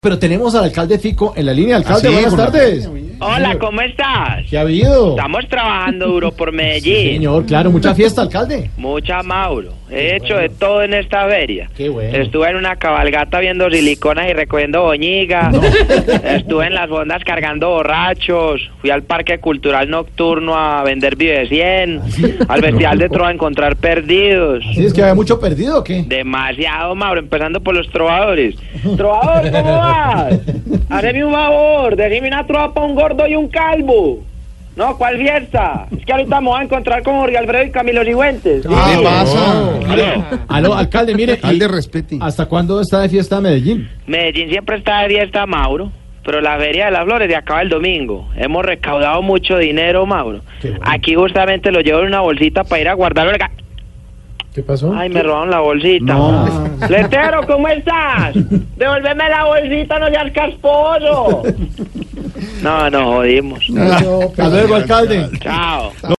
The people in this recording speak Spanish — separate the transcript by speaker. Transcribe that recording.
Speaker 1: Pero tenemos al alcalde Fico en la línea. Alcalde,
Speaker 2: Ah, sí,
Speaker 1: buenas
Speaker 2: con la-
Speaker 1: tardes.
Speaker 3: Hola, ¿cómo estás?
Speaker 1: ¿Qué ha habido?
Speaker 3: Estamos trabajando duro por Medellín.
Speaker 1: Señor, claro, mucha fiesta, alcalde.
Speaker 3: Mucha Mauro. He hecho de todo en esta feria.
Speaker 1: Qué bueno.
Speaker 3: Estuve en una cabalgata viendo siliconas y recogiendo boñigas. Estuve en las fondas cargando borrachos. Fui al Parque Cultural Nocturno a vender Vive 100.
Speaker 1: Ah,
Speaker 3: Al Festival de Trova a encontrar perdidos.
Speaker 1: ¿Sí es que había mucho perdido o qué?
Speaker 3: Demasiado, Mauro, empezando por los trovadores. Trovador, ¿cómo vas? Haceme un favor, decime una trova para un gordo y un calvo. No, ¿cuál fiesta? Es que ahorita me voy a encontrar con Jorge Alfredo y Camilo Sigüentes.
Speaker 2: ¿Qué
Speaker 1: Ah,
Speaker 2: le pasa?
Speaker 1: no. Aló, alcalde, mire.
Speaker 2: Alcalde,
Speaker 1: y-
Speaker 2: respete.
Speaker 1: ¿Hasta cuándo está de fiesta Medellín?
Speaker 3: Medellín siempre está de fiesta, Mauro. Pero la Feria de las Flores de acaba el domingo. Hemos recaudado mucho dinero, Mauro.
Speaker 1: Qué bueno.
Speaker 3: Aquí justamente lo llevo en una bolsita para ir a guardarlo. en el ga-
Speaker 1: ¿Qué pasó?
Speaker 3: Ay, me robaron la bolsita.
Speaker 1: No.
Speaker 3: Letero, ¿cómo estás? Devuélveme la bolsita, no seas casposo. No, nos jodimos.
Speaker 1: Hasta luego, alcalde.
Speaker 3: Chao.